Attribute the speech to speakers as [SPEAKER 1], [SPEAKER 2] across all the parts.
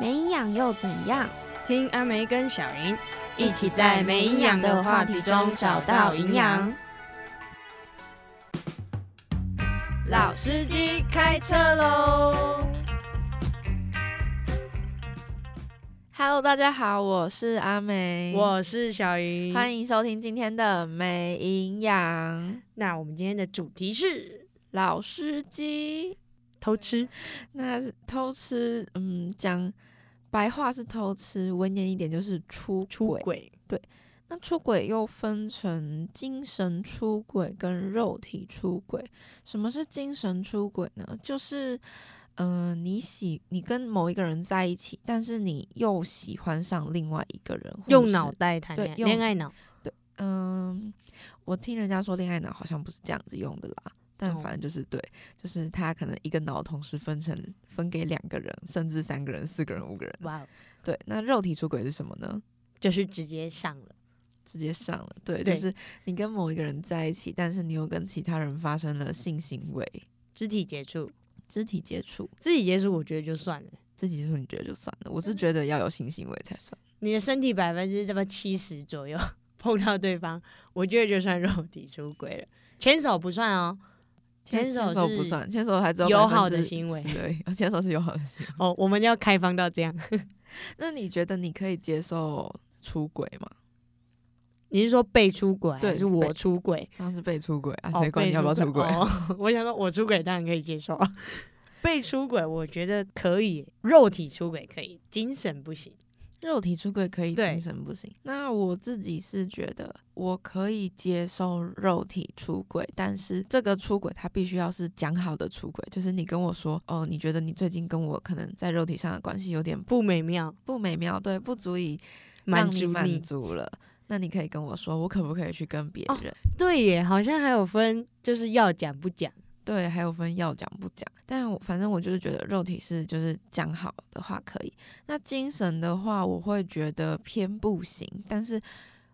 [SPEAKER 1] 没营养又怎样？
[SPEAKER 2] 听阿梅跟小云
[SPEAKER 1] 一起在没营养的话题中找到营养。老司机开车喽！Hello，大家好，我是阿梅，
[SPEAKER 2] 我是小云。
[SPEAKER 1] 欢迎收听今天的没营养
[SPEAKER 2] 那我们今天的主题是
[SPEAKER 1] 老司机。
[SPEAKER 2] 偷吃，
[SPEAKER 1] 那是偷吃，嗯，讲白话是偷吃，文言一点就是出
[SPEAKER 2] 出
[SPEAKER 1] 轨。
[SPEAKER 2] 轨。
[SPEAKER 1] 那出轨又分成精神出轨跟肉体出轨。什么是精神出轨呢？就是，呃，你喜你跟某一个人在一起，但是你又喜欢上另外一个人，或
[SPEAKER 2] 用
[SPEAKER 1] 是
[SPEAKER 2] 脑袋谈恋爱，
[SPEAKER 1] 对用
[SPEAKER 2] 恋爱脑，
[SPEAKER 1] 嗯，我听人家说恋爱脑好像不是这样子用的啦，但
[SPEAKER 2] 哦
[SPEAKER 1] 反正就是对，就是他可能一个脑同时分成分给两个人，甚至三个人、四个人、五个人。
[SPEAKER 2] 哇哦，
[SPEAKER 1] 对，那肉体出轨是什么呢？
[SPEAKER 2] 就是直接上了，
[SPEAKER 1] 直接上了，对，
[SPEAKER 2] 对
[SPEAKER 1] 就是你跟某一个人在一起，但是你又跟其他人发生了性行为、
[SPEAKER 2] 肢体接触，
[SPEAKER 1] 肢体接触，
[SPEAKER 2] 肢体接触我觉得就算了，
[SPEAKER 1] 肢体接触你觉得就算了，我
[SPEAKER 2] 嗯
[SPEAKER 1] 是觉得要有性行为才算。
[SPEAKER 2] 你的身体百分之这么七十左右 碰到对方，我觉得就算肉体出轨了。牵手不算哦，牵手
[SPEAKER 1] 牵手不
[SPEAKER 2] 是
[SPEAKER 1] 算，牵手还只有
[SPEAKER 2] 友好的
[SPEAKER 1] 10%
[SPEAKER 2] 行为
[SPEAKER 1] 而已，牵手是友好的行为。
[SPEAKER 2] 哦，我们要开放到这样。
[SPEAKER 1] 那你觉得你可以接受出轨吗？
[SPEAKER 2] 你是说被出轨还
[SPEAKER 1] 对
[SPEAKER 2] 是我出轨？
[SPEAKER 1] 当时被出轨啊，
[SPEAKER 2] 哦
[SPEAKER 1] 谁管你要不要出轨？
[SPEAKER 2] 哦 我想说，我出轨当然可以接受啊。被出轨，我觉得可以，肉体出轨可以，精神不行。
[SPEAKER 1] 肉体出轨可以，
[SPEAKER 2] 对
[SPEAKER 1] 精神不行。那我自己是觉得我可以接受肉体出轨，但是这个出轨它必须要是讲好的出轨，就是你跟我说，哦，你觉得你最近跟我可能在肉体上的关系有点
[SPEAKER 2] 不美妙，
[SPEAKER 1] 不美妙，对，不足以
[SPEAKER 2] 满
[SPEAKER 1] 让你
[SPEAKER 2] 足
[SPEAKER 1] 满足了。那你可以跟我说，我可不可以去跟别
[SPEAKER 2] 哦
[SPEAKER 1] 人？
[SPEAKER 2] 对耶，好像还有分，就是要讲不讲。
[SPEAKER 1] 对，还有分要讲不讲，但我反正我就是觉得肉体是就是讲好的话可以，那精神的话我会觉得偏不行，但是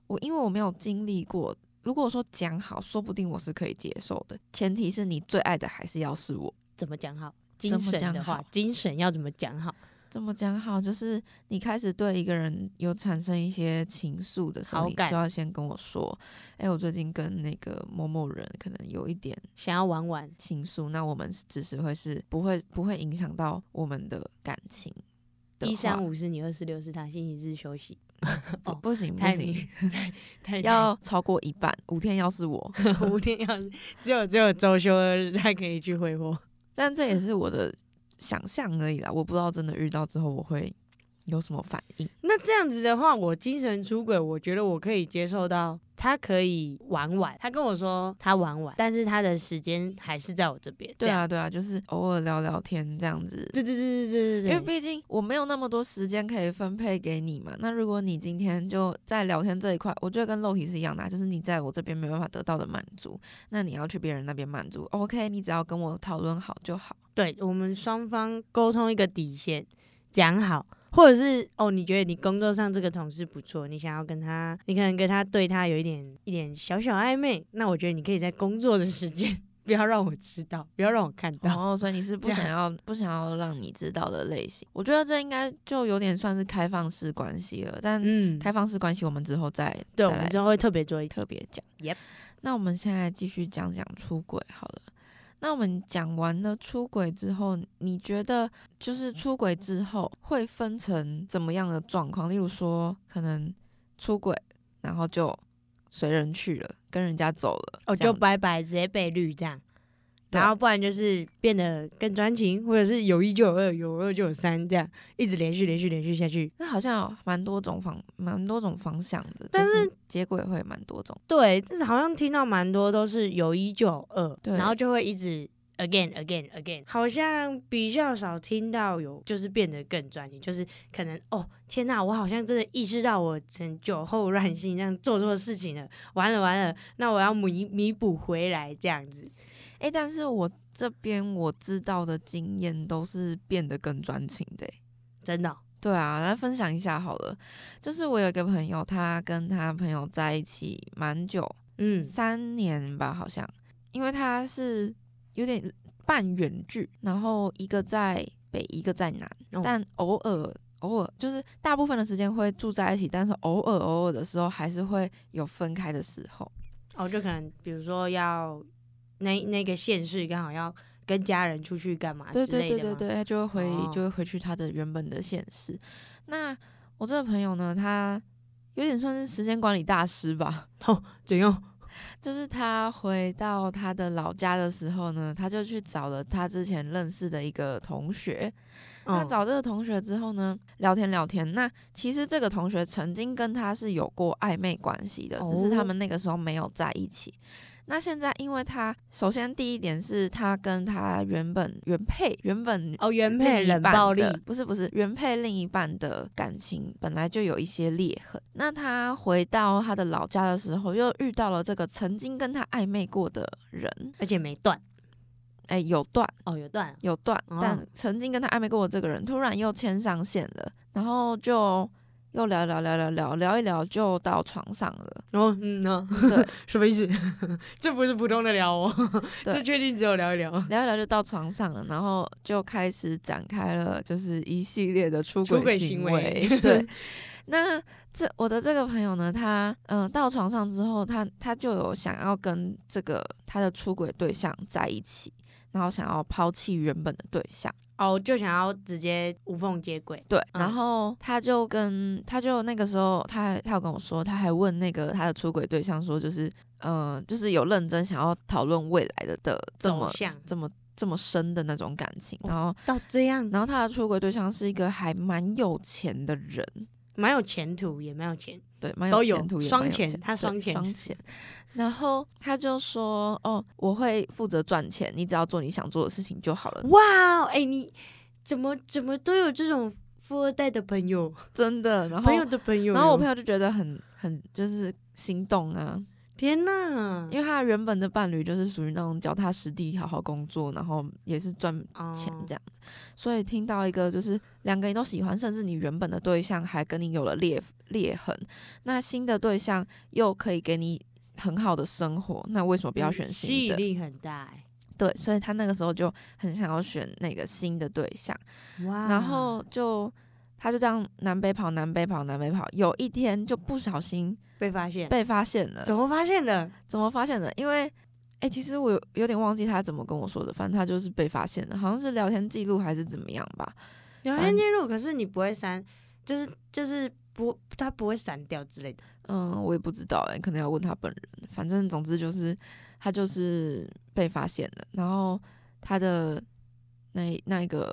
[SPEAKER 1] 我因为我没有经历过，如果说讲好，说不定我是可以接受的，前提是你最爱的还是要是我。
[SPEAKER 2] 怎么讲好？
[SPEAKER 1] 怎么
[SPEAKER 2] 精神
[SPEAKER 1] 讲
[SPEAKER 2] 的话
[SPEAKER 1] 好，
[SPEAKER 2] 精神要怎么讲好？
[SPEAKER 1] 这么讲好，就是你开始对一个人有产生一些情愫的时候，
[SPEAKER 2] 好
[SPEAKER 1] 你就
[SPEAKER 2] 感
[SPEAKER 1] 要先跟我说，哎、我最近跟那个某某人可能有一点
[SPEAKER 2] 想要玩玩，
[SPEAKER 1] 情愫，那我们是只是会是不会不会影响到我们的感情的话。
[SPEAKER 2] 一三五是你，二四六是他，星期日休息。
[SPEAKER 1] 不
[SPEAKER 2] 哦
[SPEAKER 1] 不行不
[SPEAKER 2] 太
[SPEAKER 1] 行，
[SPEAKER 2] 明， 太太
[SPEAKER 1] 要超过一半，五天要是我，
[SPEAKER 2] 五天要是只有只有周休二日，他可以去挥霍。
[SPEAKER 1] 但这也是我的想象而已啦，我不知道真的遇到之后我会有什么反应。
[SPEAKER 2] 那这样子的话，我精神出轨，我觉得我可以接受到，他可以玩玩，他跟我说他玩玩，但是他的时间还是在我这边。
[SPEAKER 1] 对
[SPEAKER 2] 这样，
[SPEAKER 1] 啊对啊，就是偶尔聊聊天这样子。
[SPEAKER 2] 对对对
[SPEAKER 1] 因
[SPEAKER 2] 对对对
[SPEAKER 1] 为
[SPEAKER 2] 对
[SPEAKER 1] 毕
[SPEAKER 2] 对，
[SPEAKER 1] 竟我没有那么多时间可以分配给你嘛。那如果你今天就在聊天这一块，我觉得跟肉体是一样的啊、就是你在我这边没办法得到的满足，那你要去别人那边满足。OK，你只要跟我讨论好就好。
[SPEAKER 2] 对我们双方沟通一个底线，讲好。或者是哦，你觉得你工作上这个同事不错，你想要跟他，你可能跟他对他有一点一点小小暧昧，那我觉得你可以在工作的时间不要让我知道，不要让我看到。
[SPEAKER 1] 哦，所以你是不
[SPEAKER 2] 这样
[SPEAKER 1] 想要不想要让你知道的类型。我觉得这应该就有点算是开放式关系了，但
[SPEAKER 2] 嗯，
[SPEAKER 1] 开放式关系我们之后再再
[SPEAKER 2] 对，我们
[SPEAKER 1] 来
[SPEAKER 2] 之后会特别做一
[SPEAKER 1] 特别讲。
[SPEAKER 2] Yep
[SPEAKER 1] 那我们现在继续讲讲出轨好了。那我们讲完了出轨之后，你觉得就是出轨之后会分成怎么样的状况？例如说，可能出轨，然后就随人去了，跟人家走了，
[SPEAKER 2] 哦，
[SPEAKER 1] 这样
[SPEAKER 2] 就
[SPEAKER 1] 子
[SPEAKER 2] 拜拜，直接被绿这样。
[SPEAKER 1] 对
[SPEAKER 2] 然后不然就是变得更专情，或者是有一就有二，有二就有三，这样一直连续连续连续下去。
[SPEAKER 1] 那好像有蛮多种方蛮多种方向的，
[SPEAKER 2] 但
[SPEAKER 1] 就是结果也会蛮多种。
[SPEAKER 2] 对，但是好像听到蛮多都是有一就有二，
[SPEAKER 1] 对
[SPEAKER 2] 然后就会一直 again again again，好像比较少听到有就是变得更专情，就是可能哦天呐，我好像真的意识到我曾酒后乱性这样做错事情了，完了完了，那我要弥弥补回来这样子。
[SPEAKER 1] 诶、但是我这边我知道的经验都是变得更专情的、诶
[SPEAKER 2] 真的哦、
[SPEAKER 1] 对啊，来分享一下好了。就是我有一个朋友，他跟他朋友在一起蛮久，
[SPEAKER 2] 嗯，
[SPEAKER 1] 三年吧，好像，因为他是有点半远距，然后一个在北，一个在南，
[SPEAKER 2] 哦
[SPEAKER 1] 但偶尔偶尔就是大部分的时间会住在一起，但是偶尔偶尔的时候还是会有分开的时候。
[SPEAKER 2] 哦，就可能比如说要那那个县市刚好要跟家人出去干啊嘛之
[SPEAKER 1] 对
[SPEAKER 2] 类的
[SPEAKER 1] 对对对
[SPEAKER 2] 吗，
[SPEAKER 1] 对，他就会回、
[SPEAKER 2] 哦
[SPEAKER 1] 就会回去他的原本的现实。那我这个朋友呢，他有点算是时间管理大师吧，
[SPEAKER 2] 怎样？
[SPEAKER 1] 就是他回到他的老家的时候呢，他就去找了他之前认识的一个同学。那
[SPEAKER 2] 嗯
[SPEAKER 1] 找这个同学之后呢，聊天聊天。那其实这个同学曾经跟他是有过暧昧关系的，只是他
[SPEAKER 2] 哦
[SPEAKER 1] 们那个时候没有在一起。那现在，因为他首先第一点是他跟他原本原配原本
[SPEAKER 2] 哦，原
[SPEAKER 1] 另
[SPEAKER 2] 配
[SPEAKER 1] 一
[SPEAKER 2] 冷
[SPEAKER 1] 半
[SPEAKER 2] 暴力
[SPEAKER 1] 的不是不是，原配另一半的感情本来就有一些裂痕。那他回到他的老家的时候，又遇到了这个曾经跟他暧昧过的人，
[SPEAKER 2] 而且没断
[SPEAKER 1] 哎、有断
[SPEAKER 2] 哦，有断了
[SPEAKER 1] 有断，
[SPEAKER 2] 哦
[SPEAKER 1] 但曾经跟他暧昧过的这个人突然又牵上线了，然后就又聊聊聊聊聊聊一聊，就到床上了。
[SPEAKER 2] 哦，嗯呢、
[SPEAKER 1] 对，
[SPEAKER 2] 什么意思？这不是普通的聊哦，
[SPEAKER 1] 对
[SPEAKER 2] 这确定只有聊一聊
[SPEAKER 1] 聊一聊就到床上了，然后就开始展开了就是一系列的出
[SPEAKER 2] 出轨
[SPEAKER 1] 行
[SPEAKER 2] 行为
[SPEAKER 1] 对，那这我的这个朋友呢，他嗯、呃到床上之后，他他就有想要跟这个他的出轨对象在一起，然后想要抛弃原本的对象。
[SPEAKER 2] 哦，就想要直接无缝接轨。
[SPEAKER 1] 对，
[SPEAKER 2] 嗯
[SPEAKER 1] 然后他就跟他就那个时候，他还他有跟我说，他还问那个他的出轨对象说，就是嗯、呃就是有认真想要讨论未来的的这
[SPEAKER 2] 走
[SPEAKER 1] 么
[SPEAKER 2] 向
[SPEAKER 1] 这么这么深的那种感情，
[SPEAKER 2] 哦
[SPEAKER 1] 然后
[SPEAKER 2] 到这样
[SPEAKER 1] 然后他的出轨对象是一个还蛮有钱的人，
[SPEAKER 2] 蛮有前途，也蛮有钱。
[SPEAKER 1] 对，蛮
[SPEAKER 2] 都
[SPEAKER 1] 有
[SPEAKER 2] 有
[SPEAKER 1] 前途，也
[SPEAKER 2] 双
[SPEAKER 1] 蛮有
[SPEAKER 2] 钱他
[SPEAKER 1] 对
[SPEAKER 2] 双钱
[SPEAKER 1] 双钱。然后他就说：“哦，我会负责赚钱，你只要做你想做的事情就好了。
[SPEAKER 2] 哇，哎、你怎么怎么都有这种富二代的朋友，”
[SPEAKER 1] 真的。然后
[SPEAKER 2] 朋，友的朋友哟。
[SPEAKER 1] 然后我朋友就觉得很很就是心动啊，
[SPEAKER 2] 天哪，
[SPEAKER 1] 因为他原本的伴侣就是属于那种脚踏实地、好好工作，然后也是赚
[SPEAKER 2] 哦
[SPEAKER 1] 钱这样子。所以听到一个就是两个人都喜欢，甚至你原本的对象还跟你有了裂裂痕，那新的对象又可以给你很好的生活，那为什么不要选
[SPEAKER 2] 嗯吸
[SPEAKER 1] 新
[SPEAKER 2] 引
[SPEAKER 1] 的？
[SPEAKER 2] 力很大、哎
[SPEAKER 1] 对，所以他那个时候就很想要选那个新的对象，
[SPEAKER 2] 哇，
[SPEAKER 1] 然后就他就这样南北跑，南北跑，南北跑，有一天就不小心
[SPEAKER 2] 被发现，
[SPEAKER 1] 被发现了。
[SPEAKER 2] 怎么发现的？
[SPEAKER 1] 怎么发现的？因为，哎、其实我有有点忘记他怎么跟我说的，反正他就是被发现了，好像是聊天记录还是怎么样吧。
[SPEAKER 2] 聊
[SPEAKER 1] 反
[SPEAKER 2] 天记录，可是你不会删，就是就是不，他不会删掉之类的。
[SPEAKER 1] 嗯，我也不知道、哎，可能要问他本人。反正总之就是他就是被发现了，然后他的那那个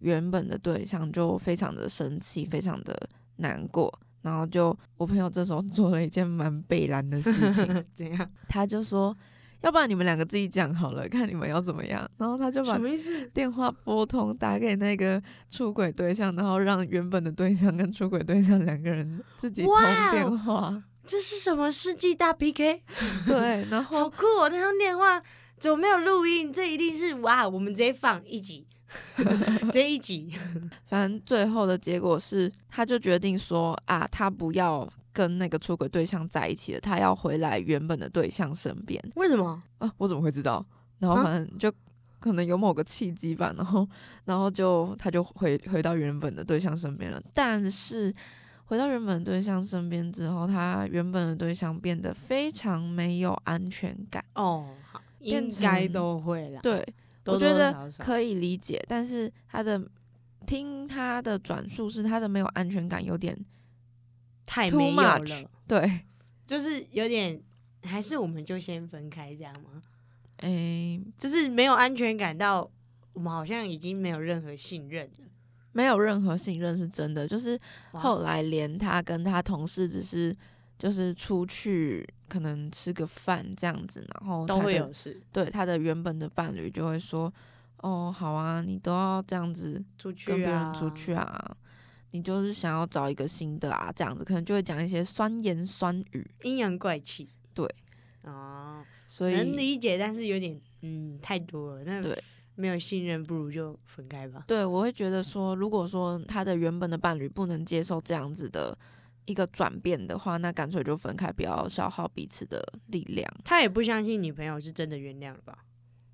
[SPEAKER 1] 原本的对象就非常的生气，非常的难过。然后就我朋友这时候做了一件蛮悲然的事情，
[SPEAKER 2] 怎样？
[SPEAKER 1] 他就说：“要不然你们两个自己讲好了，看你们要怎么样。”然后他就把
[SPEAKER 2] 什么意思？
[SPEAKER 1] 电话拨通，打给那个出轨对象，然后让原本的对象跟出轨对象两个人自己通
[SPEAKER 2] 哇哦
[SPEAKER 1] 电话。
[SPEAKER 2] 这是什么世纪大 PK？
[SPEAKER 1] 对，然后
[SPEAKER 2] 好酷哦！那通电话怎么没有录音？这一定是哇，我们直接放一集， 这一集
[SPEAKER 1] 反正最后的结果是，他就决定说啊，他不要跟那个出轨对象在一起了，他要回来原本的对象身边。
[SPEAKER 2] 为什么？
[SPEAKER 1] 啊，我怎么会知道？然后
[SPEAKER 2] 啊
[SPEAKER 1] 反正就可能有某个契机吧，然后然后就他就回回到原本的对象身边了。但是回到原本的对象身边之后，他原本的对象变得非常没有安全感。
[SPEAKER 2] 哦，好
[SPEAKER 1] 变
[SPEAKER 2] 应该
[SPEAKER 1] 成
[SPEAKER 2] 都会啦。
[SPEAKER 1] 对，
[SPEAKER 2] 多
[SPEAKER 1] 我觉
[SPEAKER 2] 多
[SPEAKER 1] 得
[SPEAKER 2] 少少
[SPEAKER 1] 可以理解，但是他的听他的转述是他的没有安全感有点
[SPEAKER 2] 太
[SPEAKER 1] too
[SPEAKER 2] 没有
[SPEAKER 1] much
[SPEAKER 2] 了，
[SPEAKER 1] 对，
[SPEAKER 2] 就是有点，还是我们就先分开这样吗？
[SPEAKER 1] 诶、
[SPEAKER 2] 就是没有安全感到我们好像已经没有任何信任了。
[SPEAKER 1] 没有任何信任是真的，就是
[SPEAKER 2] 哇
[SPEAKER 1] 后来连他跟他同事只是就是出去可能吃个饭这样子，然后
[SPEAKER 2] 都
[SPEAKER 1] 他
[SPEAKER 2] 会
[SPEAKER 1] 的
[SPEAKER 2] 有事，
[SPEAKER 1] 对他的原本的伴侣就会说，哦，好啊，你都要这样子
[SPEAKER 2] 出去、啊、
[SPEAKER 1] 跟别人出去啊，你就是想要找一个新的啊，这样子可能就会讲一些酸言酸语，
[SPEAKER 2] 阴阳怪气。
[SPEAKER 1] 对，
[SPEAKER 2] 哦，
[SPEAKER 1] 所
[SPEAKER 2] 能
[SPEAKER 1] 以
[SPEAKER 2] 理解，但是有点嗯太多了。那
[SPEAKER 1] 对，
[SPEAKER 2] 没有信任，不如就分开吧。
[SPEAKER 1] 对我会觉得说，如果说他的原本的伴侣不能接受这样子的。一个转变的话，那干脆就分开，不要消耗彼此的力量。
[SPEAKER 2] 他也不相信女朋友是真的原谅了吧？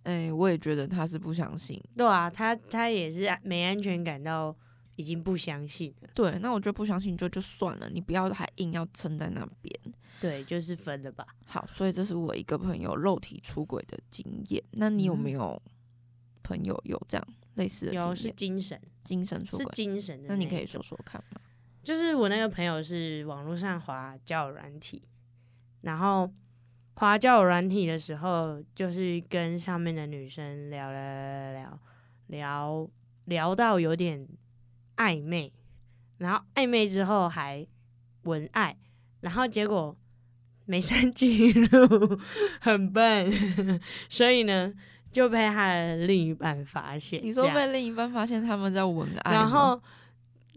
[SPEAKER 1] 哎、我也觉得他是不相信。
[SPEAKER 2] 对啊，他他也是没安全感到已经不相信了。
[SPEAKER 1] 对，那我就不相信就就算了，你不要还硬要撑在那边。
[SPEAKER 2] 对，就是分了吧。
[SPEAKER 1] 好，所以这是我一个朋友肉体出轨的经验。那你有没
[SPEAKER 2] 嗯
[SPEAKER 1] 有朋友有这样类似的经
[SPEAKER 2] 有是
[SPEAKER 1] 验？
[SPEAKER 2] 精神，
[SPEAKER 1] 精神出
[SPEAKER 2] 是
[SPEAKER 1] 轨？
[SPEAKER 2] 精神的。
[SPEAKER 1] 那你可以说，说看吗？
[SPEAKER 2] 就是我那个朋友是网络上滑交友软体，然后滑交友软体的时候，就是跟上面的女生聊聊聊聊聊聊到有点暧昧，然后暧昧之后还文爱，然后结果没删记录，很笨， 所以呢就被他的另一半发现。
[SPEAKER 1] 你说
[SPEAKER 2] 这样
[SPEAKER 1] 被另一半发现他们在文案，
[SPEAKER 2] 然后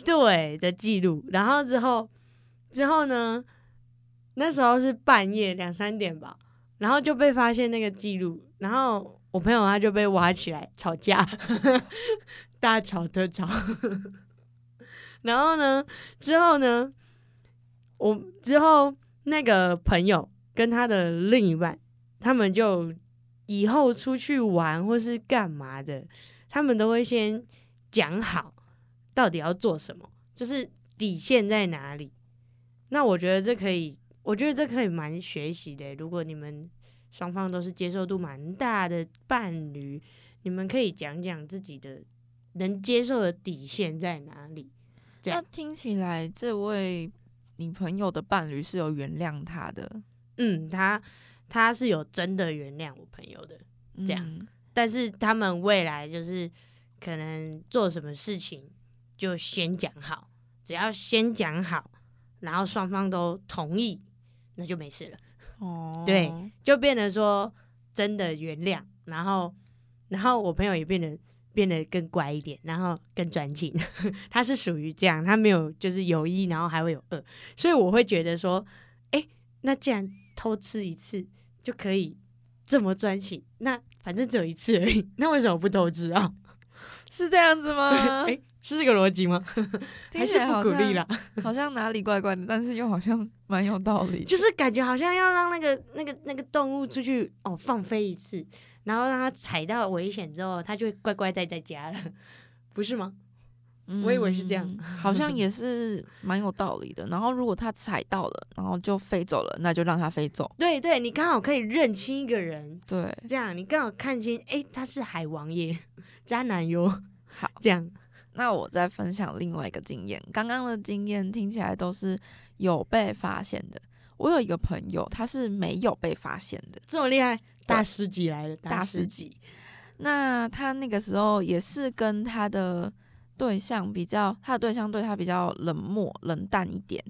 [SPEAKER 2] 对的记录，然后之后之后呢，那时候是半夜两三点吧，然后就被发现那个记录，然后我朋友他就被挖起来吵架， 大吵特吵， 然后呢之后呢，我之后那个朋友跟他的另一半，他们就以后出去玩或是干嘛的，他们都会先讲好到底要做什么，就是底线在哪里。那我觉得这可以，我觉得这可以蛮学习的。欸如果你们双方都是接受度蛮大的伴侣，你们可以讲讲自己的能接受的底线在哪里。这
[SPEAKER 1] 那
[SPEAKER 2] 样
[SPEAKER 1] 听起来这位你朋友的伴侣是有原谅他的，
[SPEAKER 2] 嗯，他他是有真的原谅我朋友的。这样
[SPEAKER 1] 嗯
[SPEAKER 2] 但是他们未来就是可能做什么事情就先讲好，只要先讲好，然后双方都同意，那就没事了，
[SPEAKER 1] 哦，
[SPEAKER 2] 对就变得说真的原谅，然后然后我朋友也变得变得更乖一点，然后更专情， 他是属于这样，他没有就是有一，然后还会有二，所以我会觉得说，哎、那既然偷吃一次就可以这么专情，那反正只有一次而已，那为什么不偷吃啊？
[SPEAKER 1] 是这样子 吗？
[SPEAKER 2] 哎、是这个逻辑吗？
[SPEAKER 1] 嗯听
[SPEAKER 2] 还
[SPEAKER 1] 起
[SPEAKER 2] 是
[SPEAKER 1] 来
[SPEAKER 2] 不
[SPEAKER 1] 好
[SPEAKER 2] 鼓
[SPEAKER 1] 像
[SPEAKER 2] 励啦？
[SPEAKER 1] 好像哪里怪怪的，但是又好像蛮有道理的。
[SPEAKER 2] 就是感觉好像要让那个那个那个动物出去哦放飞一次，然后让它踩到危险之后，它就会乖乖待在家了， 不是吗？我以为是这样
[SPEAKER 1] 嗯好像也是蛮有道理的。然后如果他踩到了，然后就飞走了，那就让他飞走。
[SPEAKER 2] 对对，你刚好可以认清一个人，
[SPEAKER 1] 对，
[SPEAKER 2] 这样你刚好看清，哎，他是海王耶，渣男哟，
[SPEAKER 1] 好，
[SPEAKER 2] 这样
[SPEAKER 1] 那我再分享另外一个经验。刚刚的经验听起来都是有被发现的。我有一个朋友，他是没有被发现的。
[SPEAKER 2] 这么厉害，大师级来了，
[SPEAKER 1] 大
[SPEAKER 2] 师
[SPEAKER 1] 师级，那他那个时候也是跟他的对象比较，他的对象对他比较冷漠、冷淡一点，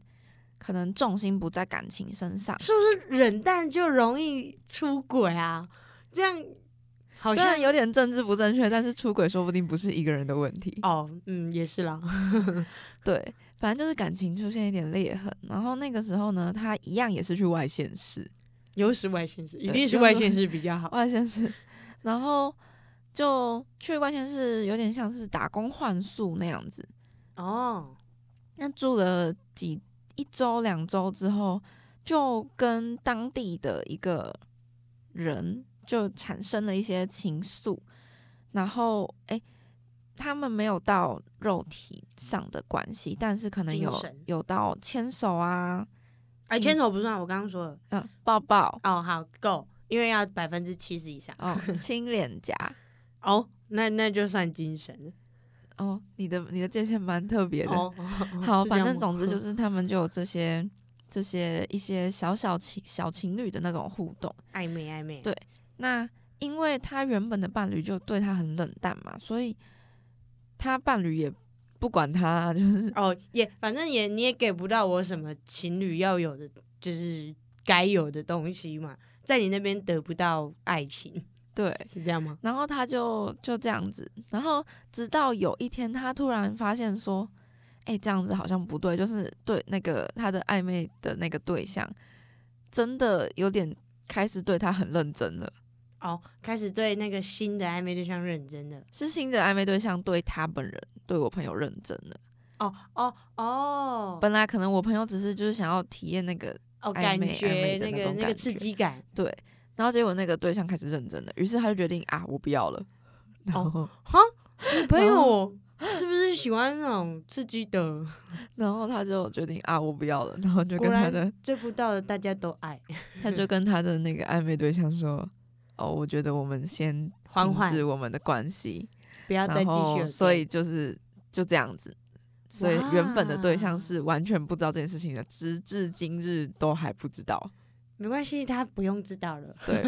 [SPEAKER 1] 可能重心不在感情身上。
[SPEAKER 2] 是不是忍淡就容易出轨啊？这样好
[SPEAKER 1] 虽
[SPEAKER 2] 像
[SPEAKER 1] 然有点政治不正确，但是出轨说不定不是一个人的问题。
[SPEAKER 2] 哦，嗯，也是啦，
[SPEAKER 1] 对，反正就是感情出现一点裂痕。然后那个时候呢，他一样也是去外县市，
[SPEAKER 2] 有是外现实，一
[SPEAKER 1] 对
[SPEAKER 2] 定是
[SPEAKER 1] 有
[SPEAKER 2] 外
[SPEAKER 1] 时
[SPEAKER 2] 现实比较好。
[SPEAKER 1] 外县市，然后就去外县市，有点像是打工换宿那样子。
[SPEAKER 2] 哦，
[SPEAKER 1] 那住了几一周两周之后，就跟当地的一个人就产生了一些情愫，然后诶，他们没有到肉体上的关系，但是可能
[SPEAKER 2] 精
[SPEAKER 1] 有
[SPEAKER 2] 神
[SPEAKER 1] 有到牵手啊，
[SPEAKER 2] 哎，
[SPEAKER 1] 亲
[SPEAKER 2] 牵手不算，我刚刚说了。
[SPEAKER 1] 嗯、抱抱
[SPEAKER 2] 哦，好，够，因为要百分之七十以上。
[SPEAKER 1] 哦，亲脸颊
[SPEAKER 2] 哦，那那就算精神了。
[SPEAKER 1] 哦，你的你的界限蛮特别的，
[SPEAKER 2] 哦，
[SPEAKER 1] 好，
[SPEAKER 2] 是这
[SPEAKER 1] 反
[SPEAKER 2] 样
[SPEAKER 1] 正
[SPEAKER 2] 吗
[SPEAKER 1] 总之就是他们就有这些这些一些小小情小情侣的那种互动。
[SPEAKER 2] 暧昧暧昧。
[SPEAKER 1] 对那因为他原本的伴侣就对他很冷淡嘛，所以他伴侣也不管他，就是
[SPEAKER 2] 哦，也反正也你也给不到我什么情侣要有的，就是该有的东西嘛，在你那边得不到爱 情，
[SPEAKER 1] 对。
[SPEAKER 2] 是这样吗？
[SPEAKER 1] 然后他就就这样子，然后直到有一天，他突然发现说：“哎、这样子好像不对，就是对那个他的暧昧的那个对象，真的有点开始对他很认真了，
[SPEAKER 2] 哦，开始对那个新的暧昧对象认真了。
[SPEAKER 1] 是新的暧昧对象对他本人，对我朋友认真了。
[SPEAKER 2] 哦哦哦，
[SPEAKER 1] 本来可能我朋友只是就是想要体验那个
[SPEAKER 2] 哦，
[SPEAKER 1] 暧
[SPEAKER 2] 感
[SPEAKER 1] 昧暧
[SPEAKER 2] 觉
[SPEAKER 1] 昧的
[SPEAKER 2] 那
[SPEAKER 1] 那
[SPEAKER 2] 个
[SPEAKER 1] 种
[SPEAKER 2] 那个
[SPEAKER 1] 感
[SPEAKER 2] 刺
[SPEAKER 1] 觉
[SPEAKER 2] 激感，
[SPEAKER 1] 对，然后结果那个对象 开始认真了，于是他就决定啊，我不要了。然
[SPEAKER 2] 哦
[SPEAKER 1] 后、
[SPEAKER 2] 朋
[SPEAKER 1] 然
[SPEAKER 2] 友是不是喜欢那种刺激的？
[SPEAKER 1] 然后他就决定啊，我不要了，然后就
[SPEAKER 2] 果
[SPEAKER 1] 跟他
[SPEAKER 2] 然
[SPEAKER 1] 的
[SPEAKER 2] 追不到的大家都爱，
[SPEAKER 1] 他就跟他的那个暧昧对象说：“哦，我觉得我们先
[SPEAKER 2] 缓缓
[SPEAKER 1] 停止我们的关系，
[SPEAKER 2] 不要再
[SPEAKER 1] 然
[SPEAKER 2] 继续
[SPEAKER 1] 后
[SPEAKER 2] 了。
[SPEAKER 1] 所以就是就这样子。”所以原本的对象是完全不知道这件事情的，直至今日都还不知道。
[SPEAKER 2] 没关系，他不用知道了。
[SPEAKER 1] 对，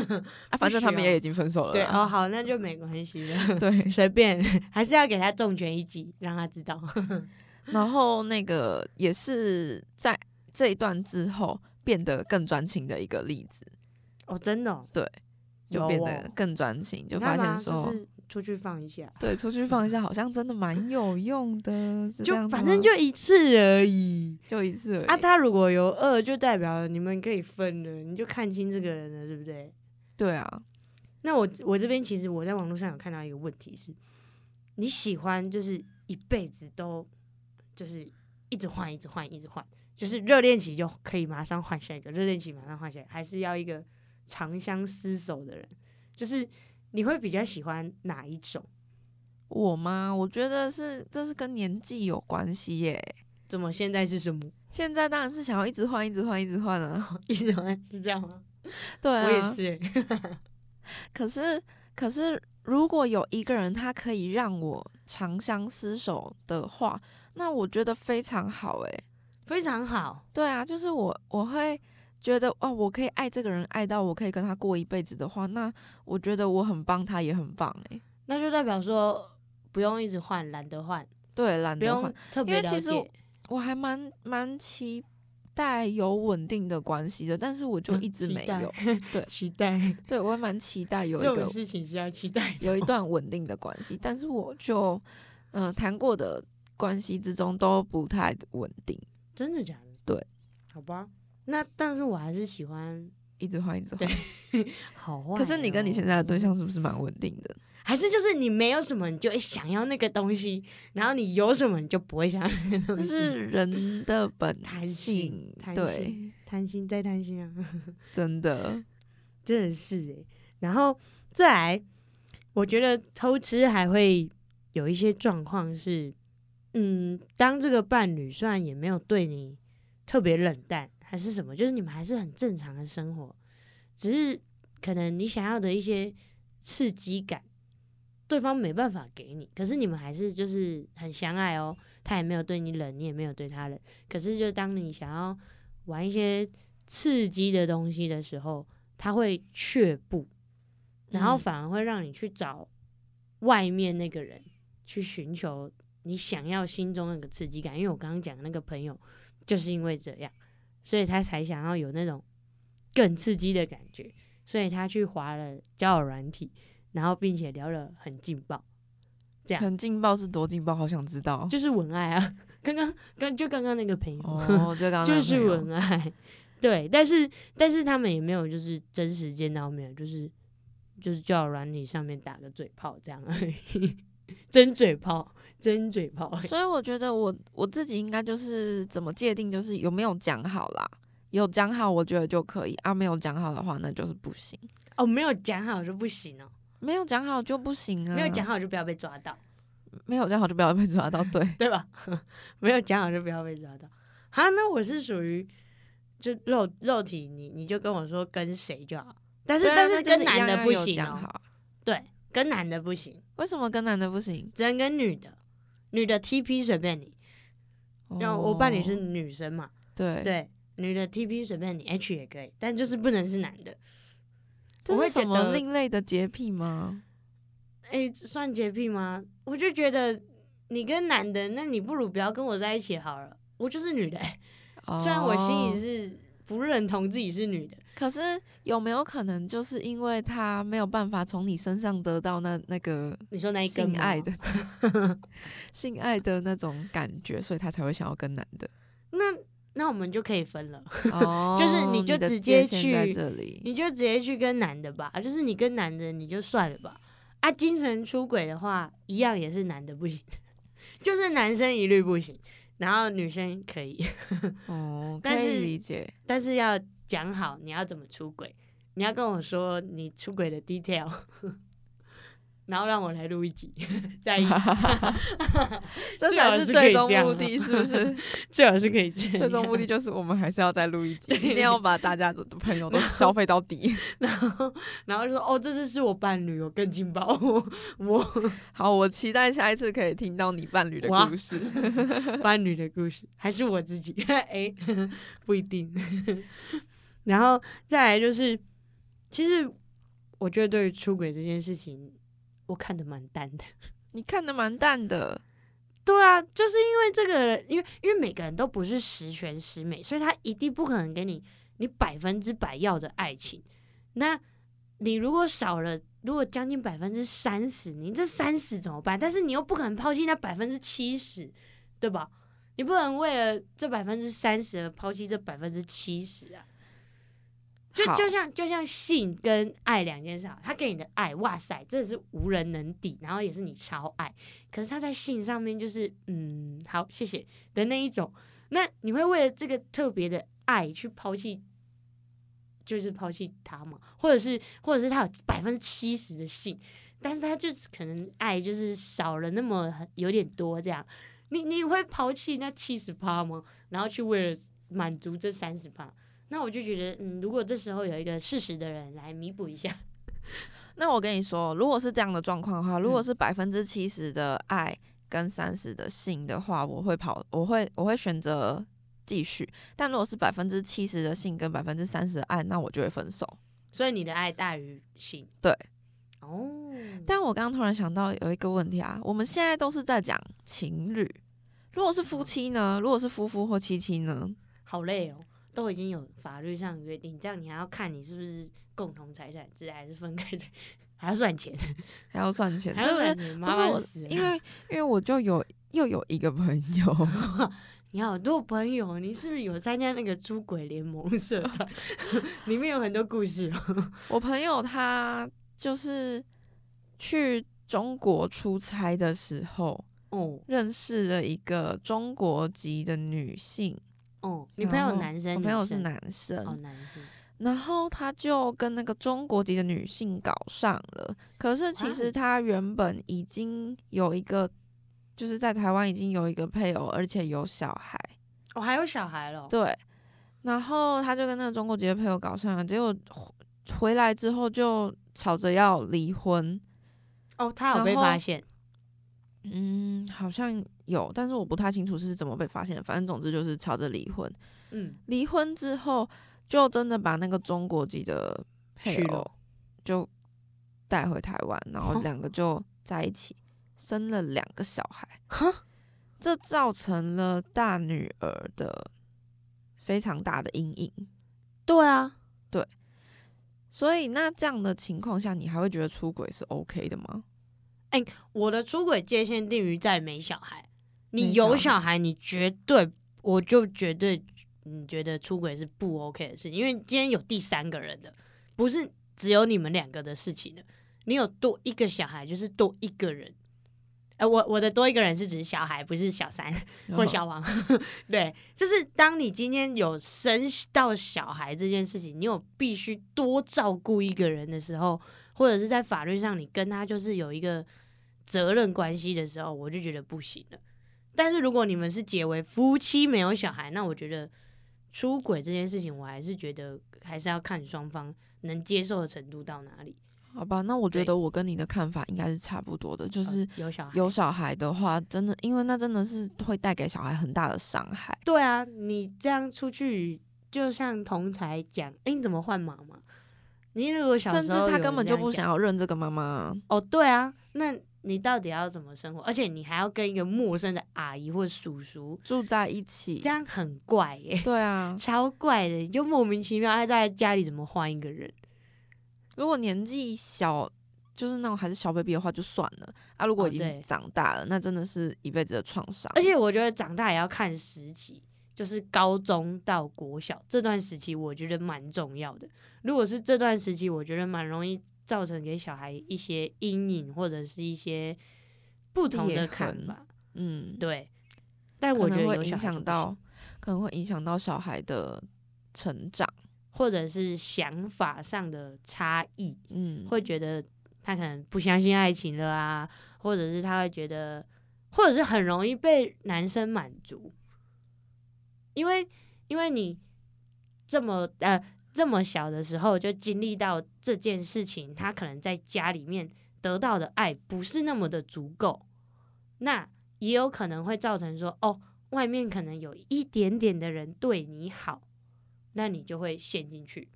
[SPEAKER 1] 啊，反正他们
[SPEAKER 2] 需要
[SPEAKER 1] 也已经分手了
[SPEAKER 2] 对哦，
[SPEAKER 1] 啦。
[SPEAKER 2] 好，那就没关系了，
[SPEAKER 1] 对，
[SPEAKER 2] 随便，还是要给他重拳一击，让他知道。
[SPEAKER 1] 然后那个也是在这一段之后变得更专情的一个例子，
[SPEAKER 2] 哦，真的哦、
[SPEAKER 1] 对
[SPEAKER 2] 有
[SPEAKER 1] 就
[SPEAKER 2] 哦
[SPEAKER 1] 变得更专情，就
[SPEAKER 2] 你
[SPEAKER 1] 发
[SPEAKER 2] 看嘛
[SPEAKER 1] 现说，
[SPEAKER 2] 就是出去放一下，
[SPEAKER 1] 对，出去放一下好像真的蛮有用的，是这
[SPEAKER 2] 就
[SPEAKER 1] 样子
[SPEAKER 2] 反
[SPEAKER 1] 吗
[SPEAKER 2] 正就一次而已。
[SPEAKER 1] 就一次而已
[SPEAKER 2] 啊，他如果有二，就代表你们可以分了，你就看清这个人了，对不对？
[SPEAKER 1] 对啊，
[SPEAKER 2] 那我我这边其实我在网络上有看到一个问题是，你喜欢就是一辈子都就是一直换，一直换，一直换，就是热恋期就可以马上换下一个，热恋期马上换下一个，还是要一个长相厮守的人？就是你会比较喜欢哪一种？
[SPEAKER 1] 我吗？我觉得是这是跟年纪有关系耶。
[SPEAKER 2] 怎么现在是什么？
[SPEAKER 1] 现在当然是想要一直换，一直换，一直换啊。
[SPEAKER 2] 一直换是这样吗？
[SPEAKER 1] 对啊，
[SPEAKER 2] 我也。是、欸，
[SPEAKER 1] 可是，可是如果有一个人他可以让我长相厮守的话，那我觉得非常好诶。
[SPEAKER 2] 非常好。
[SPEAKER 1] 对啊，就是我我会觉得哦，我可以爱这个人，爱到我可以跟他过一辈子的话，那我觉得我很棒，他也很棒欸诶。
[SPEAKER 2] 那就代表说不用一直换，懒得换，
[SPEAKER 1] 对，懒
[SPEAKER 2] 不
[SPEAKER 1] 得换
[SPEAKER 2] 用。特别
[SPEAKER 1] 因为
[SPEAKER 2] 了
[SPEAKER 1] 其实
[SPEAKER 2] 解。
[SPEAKER 1] 我还蛮蛮期待有稳定的关系的，但是我就
[SPEAKER 2] 嗯
[SPEAKER 1] 一直
[SPEAKER 2] 期
[SPEAKER 1] 没
[SPEAKER 2] 待
[SPEAKER 1] 有。
[SPEAKER 2] 期待
[SPEAKER 1] 对我还蛮期待 有一
[SPEAKER 2] 这
[SPEAKER 1] 个
[SPEAKER 2] 种事情是要期待的。
[SPEAKER 1] 有一段稳定的关系，但是我就嗯、呃谈过的关系之中都不太稳定，
[SPEAKER 2] 真的假的？
[SPEAKER 1] 对，
[SPEAKER 2] 好吧。那但是我还是喜欢
[SPEAKER 1] 一直换一直换
[SPEAKER 2] 对。好坏哦、
[SPEAKER 1] 可是你跟你现在的对象是不是蛮稳定 的？
[SPEAKER 2] 还是就是你没有什么，你就会想要那个东西；然后你有什么，你就不会想要那个
[SPEAKER 1] 这
[SPEAKER 2] 东西。
[SPEAKER 1] 是人的本
[SPEAKER 2] 弹
[SPEAKER 1] 性
[SPEAKER 2] 性，弹
[SPEAKER 1] 对
[SPEAKER 2] 性，贪心再贪心啊，
[SPEAKER 1] 真的
[SPEAKER 2] 真的是诶、然后再来，我觉得偷吃还会有一些状况是，嗯，当这个伴侣虽然也没有对你特别冷淡，还是什么，就是你们还是很正常的生活，只是可能你想要的一些刺激感，对方没办法给你，可是你们还是就是很相爱哦，他也没有对你冷，你也没有对他冷，可是就当你想要玩一些刺激的东西的时候，他会却步，然后
[SPEAKER 1] 嗯
[SPEAKER 2] 反而会让你去找外面那个人去寻求你想要心中那个刺激感。因为我刚刚讲的那个朋友就是因为这样，所以他才想要有那种更刺激的感觉，所以他去划了交友软体，然后并且聊得很劲爆，这样
[SPEAKER 1] 很劲爆是多劲爆，好想知道。
[SPEAKER 2] 就是文爱啊。刚刚刚就刚刚那个朋友，
[SPEAKER 1] 哦，就刚刚那个
[SPEAKER 2] 就是
[SPEAKER 1] 朋友
[SPEAKER 2] 文爱，对，但是但是他们也没有就是真实见到面，就是就是叫软体上面打个嘴炮这样而已，真嘴炮，真嘴炮而已，
[SPEAKER 1] 所以我觉得我我自己应该就是怎么界定，就是有没有讲好啦。有讲好，我觉得就可以啊；没有讲好的话，那就是不行。
[SPEAKER 2] 哦，没有讲好就不行哦，
[SPEAKER 1] 没有讲好就不行啊！
[SPEAKER 2] 没有讲，好就不要被抓到，
[SPEAKER 1] 没有讲好就不要被抓到。对，
[SPEAKER 2] 对吧？没有讲好就不要被抓到。好，那我是属于就肉肉体你，你就跟我说跟谁就好， 但是、
[SPEAKER 1] 对啊
[SPEAKER 2] 但
[SPEAKER 1] 那
[SPEAKER 2] 是
[SPEAKER 1] 就是
[SPEAKER 2] 跟
[SPEAKER 1] 一
[SPEAKER 2] 男
[SPEAKER 1] 样
[SPEAKER 2] 的
[SPEAKER 1] 要
[SPEAKER 2] 不
[SPEAKER 1] 有
[SPEAKER 2] 行
[SPEAKER 1] 讲
[SPEAKER 2] 哦，
[SPEAKER 1] 好。
[SPEAKER 2] 对，跟男的不行，
[SPEAKER 1] 为什么跟男的不行？
[SPEAKER 2] 只能跟女的，女的 TP 随便你。那我伴侣是
[SPEAKER 1] 哦
[SPEAKER 2] 女生嘛，
[SPEAKER 1] 对，
[SPEAKER 2] 对，女的 TP 随便你，H 也可以，但就是不能是男的。
[SPEAKER 1] 这
[SPEAKER 2] 我
[SPEAKER 1] 是
[SPEAKER 2] 会
[SPEAKER 1] 什
[SPEAKER 2] 觉
[SPEAKER 1] 么
[SPEAKER 2] 得
[SPEAKER 1] 另类的洁癖吗？
[SPEAKER 2] 哎、算洁癖吗？我就觉得你跟男的，那你不如不要跟我在一起好了。我就是女的、欸虽然我心里
[SPEAKER 1] 哦，
[SPEAKER 2] 是不认同自己是女的，
[SPEAKER 1] 可是有没有可能就是因为他没有办法从你身上得到那那个
[SPEAKER 2] 你说那一根
[SPEAKER 1] 性
[SPEAKER 2] 吗
[SPEAKER 1] 爱的 性爱的那种感觉，所以他才会想要跟男的。
[SPEAKER 2] 那那我们就可以分了，
[SPEAKER 1] 哦，
[SPEAKER 2] 就是你
[SPEAKER 1] 你
[SPEAKER 2] 就
[SPEAKER 1] 的
[SPEAKER 2] 直
[SPEAKER 1] 界
[SPEAKER 2] 接
[SPEAKER 1] 限在
[SPEAKER 2] 去
[SPEAKER 1] 这里。
[SPEAKER 2] 你就直接去跟男的吧，啊就是你跟男的你就算了吧。啊，精神出轨的话，一样也是男的不行， 就是男生一律不行，然后女生可以。
[SPEAKER 1] 哦，
[SPEAKER 2] 但
[SPEAKER 1] 可以
[SPEAKER 2] 是
[SPEAKER 1] 理解。
[SPEAKER 2] 但是要讲好你要怎么出轨，你要跟我说你出轨的 detail， 然后让我来录一集，在 一
[SPEAKER 1] 这
[SPEAKER 2] 哎最好
[SPEAKER 1] 才
[SPEAKER 2] 是
[SPEAKER 1] 是
[SPEAKER 2] 可
[SPEAKER 1] 最
[SPEAKER 2] 以
[SPEAKER 1] 终
[SPEAKER 2] 这样
[SPEAKER 1] 目
[SPEAKER 2] 啊
[SPEAKER 1] 的，是不 是？
[SPEAKER 2] 最好是可以这样。
[SPEAKER 1] 最终目的就是我们还是要再录一集，
[SPEAKER 2] 对
[SPEAKER 1] 一定要把大家的朋友都消费到底。
[SPEAKER 2] 然后然后就说哦，这次是我伴侣，我更劲爆，我我
[SPEAKER 1] 好，我期待下一次可以听到你伴侣的
[SPEAKER 2] 哇
[SPEAKER 1] 故事。
[SPEAKER 2] 伴侣的故事，还是我自己？ 哎，不一定。 然后再来就是，其实我觉得对于出轨这件事情，我看的蛮淡的。
[SPEAKER 1] 你看的蛮淡的，
[SPEAKER 2] 对啊，就是因为这个，因为因为每个人都不是十全十美，所以他一定不可能给你你百分之百要的爱情。那你如果少了，如果将近百分之三十，你这三十怎么办？但是你又不可能抛弃那百分之七十，对吧？你不能为了这百分之三十而抛弃这百分之七十啊！就
[SPEAKER 1] 好
[SPEAKER 2] 就像就像性跟爱两件事啊，他给你的爱，哇塞，真的是无人能敌，然后也是你超爱。可是他在性上面就是嗯，好谢谢的那一种，那你会为了这个特别的爱去抛弃，就是抛弃他嘛？或者是或者是他有百分之七十的性，但是他就是可能爱就是少了那么很有点多这样，你你会抛弃那七十趴吗？然后去为了满足这三十趴？那我就觉得，嗯，如果这时候有一个适时的人来弥补一下，
[SPEAKER 1] 那我跟你说，如果是这样的状况的话，如果
[SPEAKER 2] 嗯
[SPEAKER 1] 是百分之七十的爱跟三十的性的话，我会跑，我会我会选择继续。但如果是百分之七十的性跟百分之三十的爱，那我就会分手。
[SPEAKER 2] 所以你的爱大于性，
[SPEAKER 1] 对，
[SPEAKER 2] 哦，
[SPEAKER 1] 但我刚刚突然想到有一个问题啊，我们现在都是在讲情侣，如果是
[SPEAKER 2] 嗯
[SPEAKER 1] 夫妻呢？如果是夫妇或妻妻呢？
[SPEAKER 2] 好累哦，都已经有法律上约定，这样你还要看你是不是共同财产制还是分开财，还要算钱，
[SPEAKER 1] 还要算钱，
[SPEAKER 2] 还要
[SPEAKER 1] 真的是
[SPEAKER 2] 算钱，啊
[SPEAKER 1] 不
[SPEAKER 2] 麻
[SPEAKER 1] 是
[SPEAKER 2] 烦
[SPEAKER 1] 我
[SPEAKER 2] 死，了。
[SPEAKER 1] 因为因为我就有又有一个朋友，
[SPEAKER 2] 你好多朋友，哦你是不是有参加那个出轨联 盟社团？ 里面有很多故事哦。
[SPEAKER 1] 我朋友他就是去中国出差的时候
[SPEAKER 2] 哦
[SPEAKER 1] 认识了一个中国籍的女性，
[SPEAKER 2] 哦，你朋友
[SPEAKER 1] 然后
[SPEAKER 2] 男生？
[SPEAKER 1] 啊我朋友
[SPEAKER 2] 女
[SPEAKER 1] 是
[SPEAKER 2] 生
[SPEAKER 1] 男生，
[SPEAKER 2] 哦，男生。
[SPEAKER 1] 然后他就跟那个中国籍的女性搞上了。可是其
[SPEAKER 2] 哇哦
[SPEAKER 1] 实他原本已经有一个，就是在台湾已经有一个配偶，而且有小孩。
[SPEAKER 2] 哦，还有小孩了。
[SPEAKER 1] 对，然后他就跟那个中国籍的朋友搞上了，结果回回来之后就吵着要离婚。
[SPEAKER 2] 哦，他有
[SPEAKER 1] 然
[SPEAKER 2] 被
[SPEAKER 1] 后
[SPEAKER 2] 发现。
[SPEAKER 1] 嗯，好像有，但是我不太清楚是怎么被发现的。反正总之就是吵着离婚。
[SPEAKER 2] 嗯，
[SPEAKER 1] 离婚之后，就真的把那个中国籍的配
[SPEAKER 2] 去
[SPEAKER 1] 偶
[SPEAKER 2] 了哦
[SPEAKER 1] 就带回台湾，然后
[SPEAKER 2] 哼
[SPEAKER 1] 两个就在一起，生了两个小孩
[SPEAKER 2] 哼。
[SPEAKER 1] 这造成了大女儿的非常大的阴影。
[SPEAKER 2] 对啊，
[SPEAKER 1] 所以，那这样的情况下，你还会觉得出轨是 OK 的吗？
[SPEAKER 2] 我的出轨界限定于在没小孩。你
[SPEAKER 1] 没
[SPEAKER 2] 有
[SPEAKER 1] 小
[SPEAKER 2] 小孩，你绝对，我就绝对，你觉得出轨是不 OK 的事情，因为今天有第三个人的，不是只有你们两个的事情的。你有多一个小孩，就是多一个人。哎、我我的多一个人是指小孩，不是小三。或小王， 对，就是当你今天有生到小孩这件事情，你有必须多照顾一个人的时候，或者是在法律上你跟他就是有一个责任关系的时候，我就觉得不行了。但是如果你们是结为夫妻没有小孩，那我觉得出轨这件事情，我还是觉得还是要看双方能接受的程度到哪里。
[SPEAKER 1] 好吧，那我觉
[SPEAKER 2] 对嗯
[SPEAKER 1] 得我跟你的看法应该是差不多的，就
[SPEAKER 2] 就是哦有小孩，
[SPEAKER 1] 有小孩的话，真的，因为那真的是会带给小孩很大的伤害。
[SPEAKER 2] 对啊，你这样出去，就像同才讲，哎、你怎么换妈妈？你如果小
[SPEAKER 1] 甚至
[SPEAKER 2] 时候
[SPEAKER 1] 他根
[SPEAKER 2] 有人
[SPEAKER 1] 本
[SPEAKER 2] 这
[SPEAKER 1] 就
[SPEAKER 2] 样
[SPEAKER 1] 不
[SPEAKER 2] 讲
[SPEAKER 1] 想要认这个妈妈。
[SPEAKER 2] 哦，对啊，那你到底要怎么生活？而且你还要跟一个陌生的阿姨或叔叔，
[SPEAKER 1] 住在一起，
[SPEAKER 2] 这样很怪耶、
[SPEAKER 1] 对啊。
[SPEAKER 2] 超怪的，你就莫名其妙他在家里怎么换一个人？
[SPEAKER 1] 如果年纪小，就是那种还是小 baby 的话就算了啊。如果
[SPEAKER 2] 哦
[SPEAKER 1] 已
[SPEAKER 2] 对
[SPEAKER 1] 经长大了，那真的是一辈子的创伤。
[SPEAKER 2] 而且我觉得长大也要看时期，就是高中到国小这段时期，我觉得蛮重要的。如果是这段时期，我觉得蛮容易造成给小孩一些阴影或者是一些不同
[SPEAKER 1] 裂
[SPEAKER 2] 的
[SPEAKER 1] 痕
[SPEAKER 2] 看法。
[SPEAKER 1] 嗯，
[SPEAKER 2] 对，但
[SPEAKER 1] 可
[SPEAKER 2] 我觉得
[SPEAKER 1] 能会
[SPEAKER 2] 有小
[SPEAKER 1] 影
[SPEAKER 2] 孩就
[SPEAKER 1] 响
[SPEAKER 2] 不
[SPEAKER 1] 到
[SPEAKER 2] 行，
[SPEAKER 1] 可能会影响到小孩的成长。
[SPEAKER 2] 或者是想法上的差异，
[SPEAKER 1] 嗯，
[SPEAKER 2] 会觉得他可能不相信爱情了啊，或者是他会觉得，或者是很容易被男生满足，因为因为你这么呃这么小的时候就经历到这件事情，他可能在家里面得到的爱不是那么的足够，那也有可能会造成说，哦，外面可能有一点点的人对你好，那你就会陷进去。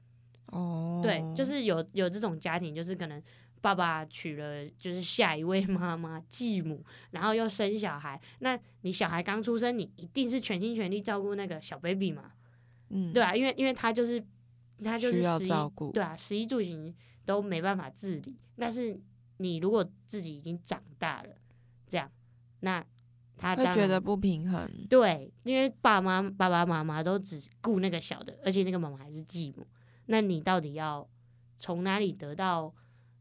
[SPEAKER 1] 哦，
[SPEAKER 2] 对，就是有有这种家庭，就是可能爸爸娶了就是下一位 妈妈继母，然后又生小孩。那你小孩刚出生，你一定是全心全力照顾那个小 baby 嘛，
[SPEAKER 1] 嗯，
[SPEAKER 2] 对啊，因为因为他就是他就是
[SPEAKER 1] 需要
[SPEAKER 2] 食衣
[SPEAKER 1] 照顾
[SPEAKER 2] 对啊，食衣住行都没办法自理。但是你如果自己已经长大了，这样，那他
[SPEAKER 1] 会
[SPEAKER 2] 当
[SPEAKER 1] 觉
[SPEAKER 2] 然
[SPEAKER 1] 得不平衡，
[SPEAKER 2] 对，因为爸妈、爸爸妈妈都只顾那个小的，而且那个妈妈还是继母。那你到底要从哪里得到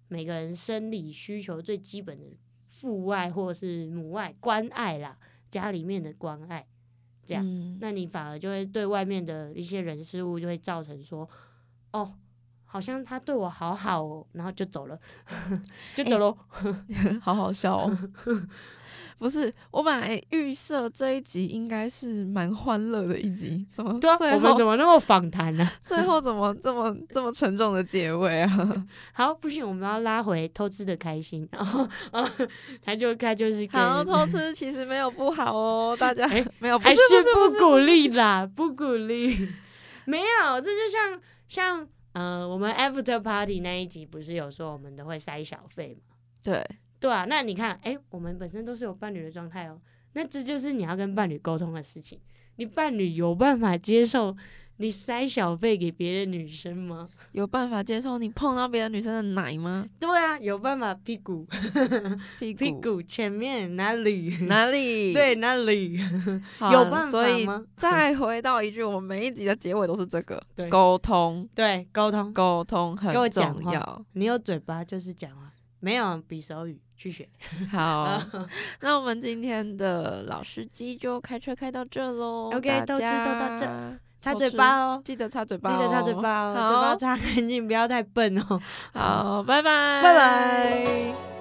[SPEAKER 2] 每个人生理需求最基本的父爱或是母爱关爱啦？家里面的关爱，这样
[SPEAKER 1] 嗯
[SPEAKER 2] 那你反而就会对外面的一些人事物就会造成说，哦，好像他对我好好哦，然后就走了， 就走了。
[SPEAKER 1] 好好笑哦。 不是，我本来预设这一集应该是蛮欢乐的一集，怎么
[SPEAKER 2] 对啊，
[SPEAKER 1] 最
[SPEAKER 2] 我们
[SPEAKER 1] 后
[SPEAKER 2] 怎么那么访谈呢、
[SPEAKER 1] 最后怎么这么这么沉重的结尾啊？
[SPEAKER 2] 好，不行，我们要拉回偷吃的开心。然后，啊，他就他就是 跟
[SPEAKER 1] 好，偷吃其实没有不好哦，大家、
[SPEAKER 2] 哎
[SPEAKER 1] 没有不
[SPEAKER 2] 还
[SPEAKER 1] 是
[SPEAKER 2] 是
[SPEAKER 1] 不是不
[SPEAKER 2] 不鼓励啦，不鼓励。 没有，这就像像呃，我们 after party 那一集不是有说我们都会塞小费嘛？
[SPEAKER 1] 对，
[SPEAKER 2] 对啊，那你看，哎，我们本身都是有伴侣的状态哦，那这就是你要跟伴侣沟通的事情。你伴侣有办法接受你塞小费给别的女生吗？
[SPEAKER 1] 有办法接受你碰到别的女生的奶吗？
[SPEAKER 2] 对啊，有办法屁股
[SPEAKER 1] 屁股
[SPEAKER 2] 屁股前面哪里？
[SPEAKER 1] 哪里？
[SPEAKER 2] 对，那里
[SPEAKER 1] 好啊，
[SPEAKER 2] 有办
[SPEAKER 1] 所
[SPEAKER 2] 法
[SPEAKER 1] 以
[SPEAKER 2] 吗？
[SPEAKER 1] 再回到一句，我们每一集的结尾都是这个
[SPEAKER 2] 对
[SPEAKER 1] 沟通，
[SPEAKER 2] 对，沟通，
[SPEAKER 1] 沟通很
[SPEAKER 2] 给我讲
[SPEAKER 1] 重
[SPEAKER 2] 话
[SPEAKER 1] 要。
[SPEAKER 2] 你有嘴巴就是讲话，没有比手语去学。
[SPEAKER 1] 好，
[SPEAKER 2] 嗯
[SPEAKER 1] 那我们今天的老司机就开车开到这喽。
[SPEAKER 2] OK，
[SPEAKER 1] 大
[SPEAKER 2] 都知
[SPEAKER 1] 家
[SPEAKER 2] 都到这，擦
[SPEAKER 1] 偷
[SPEAKER 2] 嘴
[SPEAKER 1] 吃
[SPEAKER 2] 巴哦，
[SPEAKER 1] 记得擦嘴
[SPEAKER 2] 记
[SPEAKER 1] 巴、哦，
[SPEAKER 2] 得擦 嘴巴哦，嘴
[SPEAKER 1] 好
[SPEAKER 2] 巴擦干净，不要太笨哦。
[SPEAKER 1] 好，拜拜，
[SPEAKER 2] 拜拜。